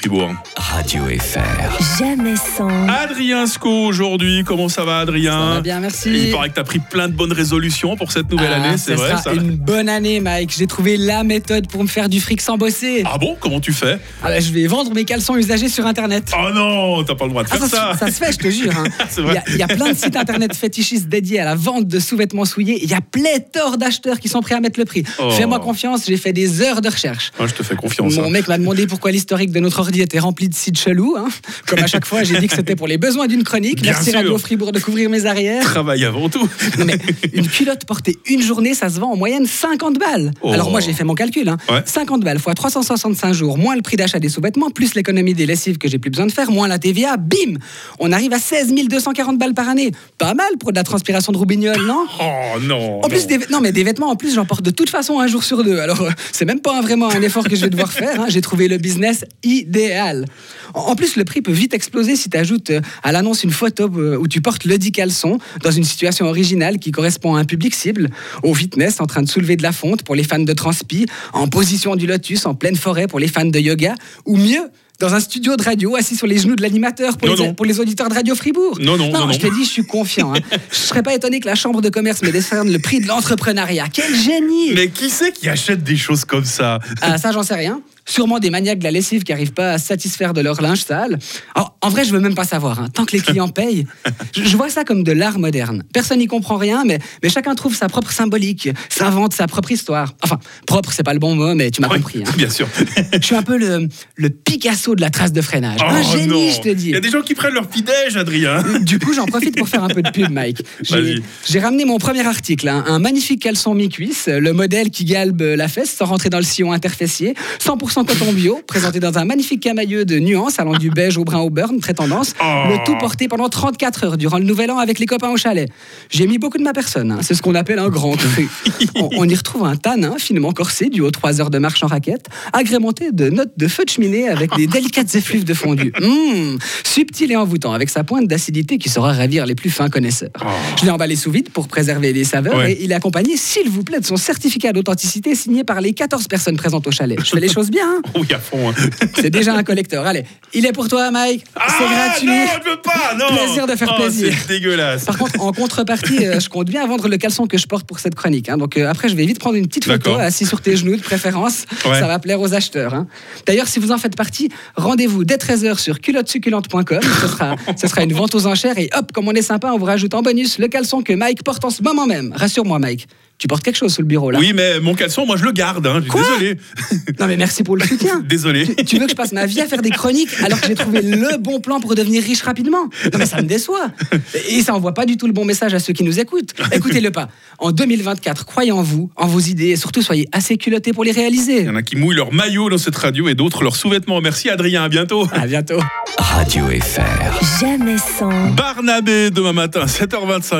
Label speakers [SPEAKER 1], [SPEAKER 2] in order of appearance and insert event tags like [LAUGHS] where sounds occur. [SPEAKER 1] Fribourg.
[SPEAKER 2] Radio FR.
[SPEAKER 3] Jamais sans.
[SPEAKER 1] Adrien Sco aujourd'hui, comment ça va Adrien
[SPEAKER 4] Ça va Bah, bien, merci.
[SPEAKER 1] Ah, Il paraît que t'as pris plein de bonnes résolutions pour cette nouvelle
[SPEAKER 4] Ah,
[SPEAKER 1] année, c'est
[SPEAKER 4] ça
[SPEAKER 1] vrai
[SPEAKER 4] sera
[SPEAKER 1] ça
[SPEAKER 4] une bonne année, Mike. J'ai trouvé la méthode pour me faire du fric sans bosser.
[SPEAKER 1] Ah bon Comment tu fais
[SPEAKER 4] Ah bah, je vais vendre mes caleçons usagés sur Internet.
[SPEAKER 1] Oh non, t'as pas le droit de
[SPEAKER 4] Ah,
[SPEAKER 1] faire ça,
[SPEAKER 4] se- ça se fait, je te jure. hein.
[SPEAKER 1] [LAUGHS] C'est
[SPEAKER 4] Il
[SPEAKER 1] vrai.
[SPEAKER 4] y a- il y, a plein de sites internet fétichistes dédiés à la vente de sous-vêtements souillés. Il y a pléthore d'acheteurs qui sont prêts à mettre le prix.
[SPEAKER 1] Oh.
[SPEAKER 4] Fais-moi confiance, j'ai fait des heures de recherche.
[SPEAKER 1] Moi, je te fais confiance.
[SPEAKER 4] Mon
[SPEAKER 1] hein.
[SPEAKER 4] mec m'a demandé pourquoi l'historique de notre ordi était rempli de sites chelous. hein. Comme à chaque fois, j'ai dit que c'était pour les besoins d'une chronique.
[SPEAKER 1] Bien
[SPEAKER 4] Merci
[SPEAKER 1] sûr.
[SPEAKER 4] Radio Fribourg de couvrir mes arrières.
[SPEAKER 1] Travaille avant tout.
[SPEAKER 4] Non, mais une culotte portée une journée, ça se vend en moyenne 50 balles.
[SPEAKER 1] Oh.
[SPEAKER 4] Alors moi j'ai fait mon calcul. Hein.
[SPEAKER 1] Ouais.
[SPEAKER 4] 50 balles fois 365 jours, moins le prix d'achat des sous-vêtements, plus l'économie des lessives que j'ai plus besoin de faire, moins la TVA, bim On arrive à 16 240 balles par année. Pas mal pour de la transpiration de Roubignol, non
[SPEAKER 1] [LAUGHS] Oh non.
[SPEAKER 4] en plus,
[SPEAKER 1] non.
[SPEAKER 4] des, vê- non, mais des vêtements, en plus, j'en porte de toute façon un jour sur deux. Alors, euh, c'est même pas un- vraiment un effort que je vais devoir faire. hein. J'ai trouvé le business idéal. En, en plus, le prix peut vite exploser si tu ajoutes à l'annonce une photo euh, où tu portes le dit caleçon dans une situation originale qui correspond à un public cible, au fitness en train de soulever de la fonte pour les fans de transpi, en position du lotus en pleine forêt pour les fans de yoga, ou mieux, dans un studio de radio assis sur les genoux de l'animateur pour,
[SPEAKER 1] Non,
[SPEAKER 4] les-
[SPEAKER 1] non.
[SPEAKER 4] pour les auditeurs de Radio Fribourg.
[SPEAKER 1] Non, non, non, non.
[SPEAKER 4] je te dis, je suis confiant. Hein. je serais pas étonné que la Chambre de commerce me décerne le prix de l'entrepreneuriat. Quel génie
[SPEAKER 1] Mais qui c'est qui achète des choses comme ça
[SPEAKER 4] Ah, Ça, j'en sais rien. Sûrement des maniaques de la lessive qui arrivent pas à se satisfaire de leur linge sale. Alors, en vrai, je veux même pas savoir. hein. Tant que les clients payent, je, je vois ça comme de l'art moderne. Personne n'y comprend rien, mais, mais chacun trouve sa propre symbolique, s'invente sa propre histoire. Enfin, propre, c'est pas le bon mot, mais tu m'as compris. hein.
[SPEAKER 1] Bien sûr.
[SPEAKER 4] Je suis un peu le, le Picasso de la trace de freinage. un
[SPEAKER 1] Oh
[SPEAKER 4] génie,
[SPEAKER 1] non.
[SPEAKER 4] je te dis.
[SPEAKER 1] Il y a des gens qui prennent leur fidège, Adrien.
[SPEAKER 4] Du coup, j'en profite pour faire un peu de pub, Mike. J'ai
[SPEAKER 1] Vas-y.
[SPEAKER 4] j'ai ramené mon premier article, hein, un magnifique caleçon mi-cuisse, le modèle qui galbe la fesse sans rentrer dans le sillon interfessier, 100% coton bio, présenté dans un magnifique camailleux de nuances allant du beige au brun au burn, très tendance,
[SPEAKER 1] Oh.
[SPEAKER 4] le tout porté pendant 34 heures durant le nouvel an avec les copains au chalet. J'ai mis beaucoup de ma personne, hein, c'est ce qu'on appelle un grand
[SPEAKER 1] [LAUGHS]
[SPEAKER 4] cru. On, on y retrouve un hein, tanin finement corsé dû aux 3 heures de marche en raquette, agrémenté de notes de feu de cheminée avec
[SPEAKER 1] [LAUGHS]
[SPEAKER 4] des délicates effluves de fondue. Mmh, subtil et envoûtant, avec sa pointe d'acidité qui saura ravir les plus fins connaisseurs. Je l'ai emballé sous vide pour préserver les saveurs
[SPEAKER 1] Oh. Ouais.
[SPEAKER 4] et il est accompagné, s'il vous plaît, de son certificat d'authenticité signé par les 14 personnes présentes au chalet. Je fais les choses bien, hein.
[SPEAKER 1] [LAUGHS] Oui, à fond. hein.
[SPEAKER 4] c'est déjà un collecteur. Allez, il est pour toi, Mike, c'est
[SPEAKER 1] Ah,
[SPEAKER 4] gratuit.
[SPEAKER 1] Non, je veux pas. Non.
[SPEAKER 4] Plaisir de faire
[SPEAKER 1] Oh,
[SPEAKER 4] plaisir.
[SPEAKER 1] C'est dégueulasse.
[SPEAKER 4] Par contre, en contrepartie, euh, je compte bien vendre le caleçon que je porte pour cette chronique. hein. Donc euh, après, je vais vite prendre une petite photo
[SPEAKER 1] D'accord.
[SPEAKER 4] assis sur tes genoux de préférence.
[SPEAKER 1] Ouais.
[SPEAKER 4] Ça va plaire aux acheteurs. hein. D'ailleurs, si vous en faites partie, rendez-vous dès 13h sur culottesucculente.com. Ce sera, ce sera une vente aux enchères. Et hop, comme on est sympa, on vous rajoute en bonus le caleçon que Mike porte en ce moment même. Rassure-moi, Mike. Tu portes quelque chose sous le bureau là
[SPEAKER 1] Oui, mais mon caleçon, moi, je le garde. hein.
[SPEAKER 4] Quoi
[SPEAKER 1] Désolé. [LAUGHS]
[SPEAKER 4] Non mais merci pour le soutien.
[SPEAKER 1] Désolé.
[SPEAKER 4] Tu veux que je passe ma vie à faire des chroniques alors que j'ai trouvé le bon plan pour devenir riche rapidement Non mais ça me déçoit. Et ça envoie pas du tout le bon message à ceux qui nous écoutent. Écoutez-le pas. En 2024, croyez en vous, en vos idées et surtout soyez assez culottés pour les réaliser.
[SPEAKER 1] Il y en a qui mouillent leur maillot dans cette radio et d'autres leurs sous-vêtements. Merci Adrien, à bientôt.
[SPEAKER 4] À bientôt.
[SPEAKER 2] Radio FR.
[SPEAKER 3] Jamais sans.
[SPEAKER 1] Barnabé demain matin, 7h25.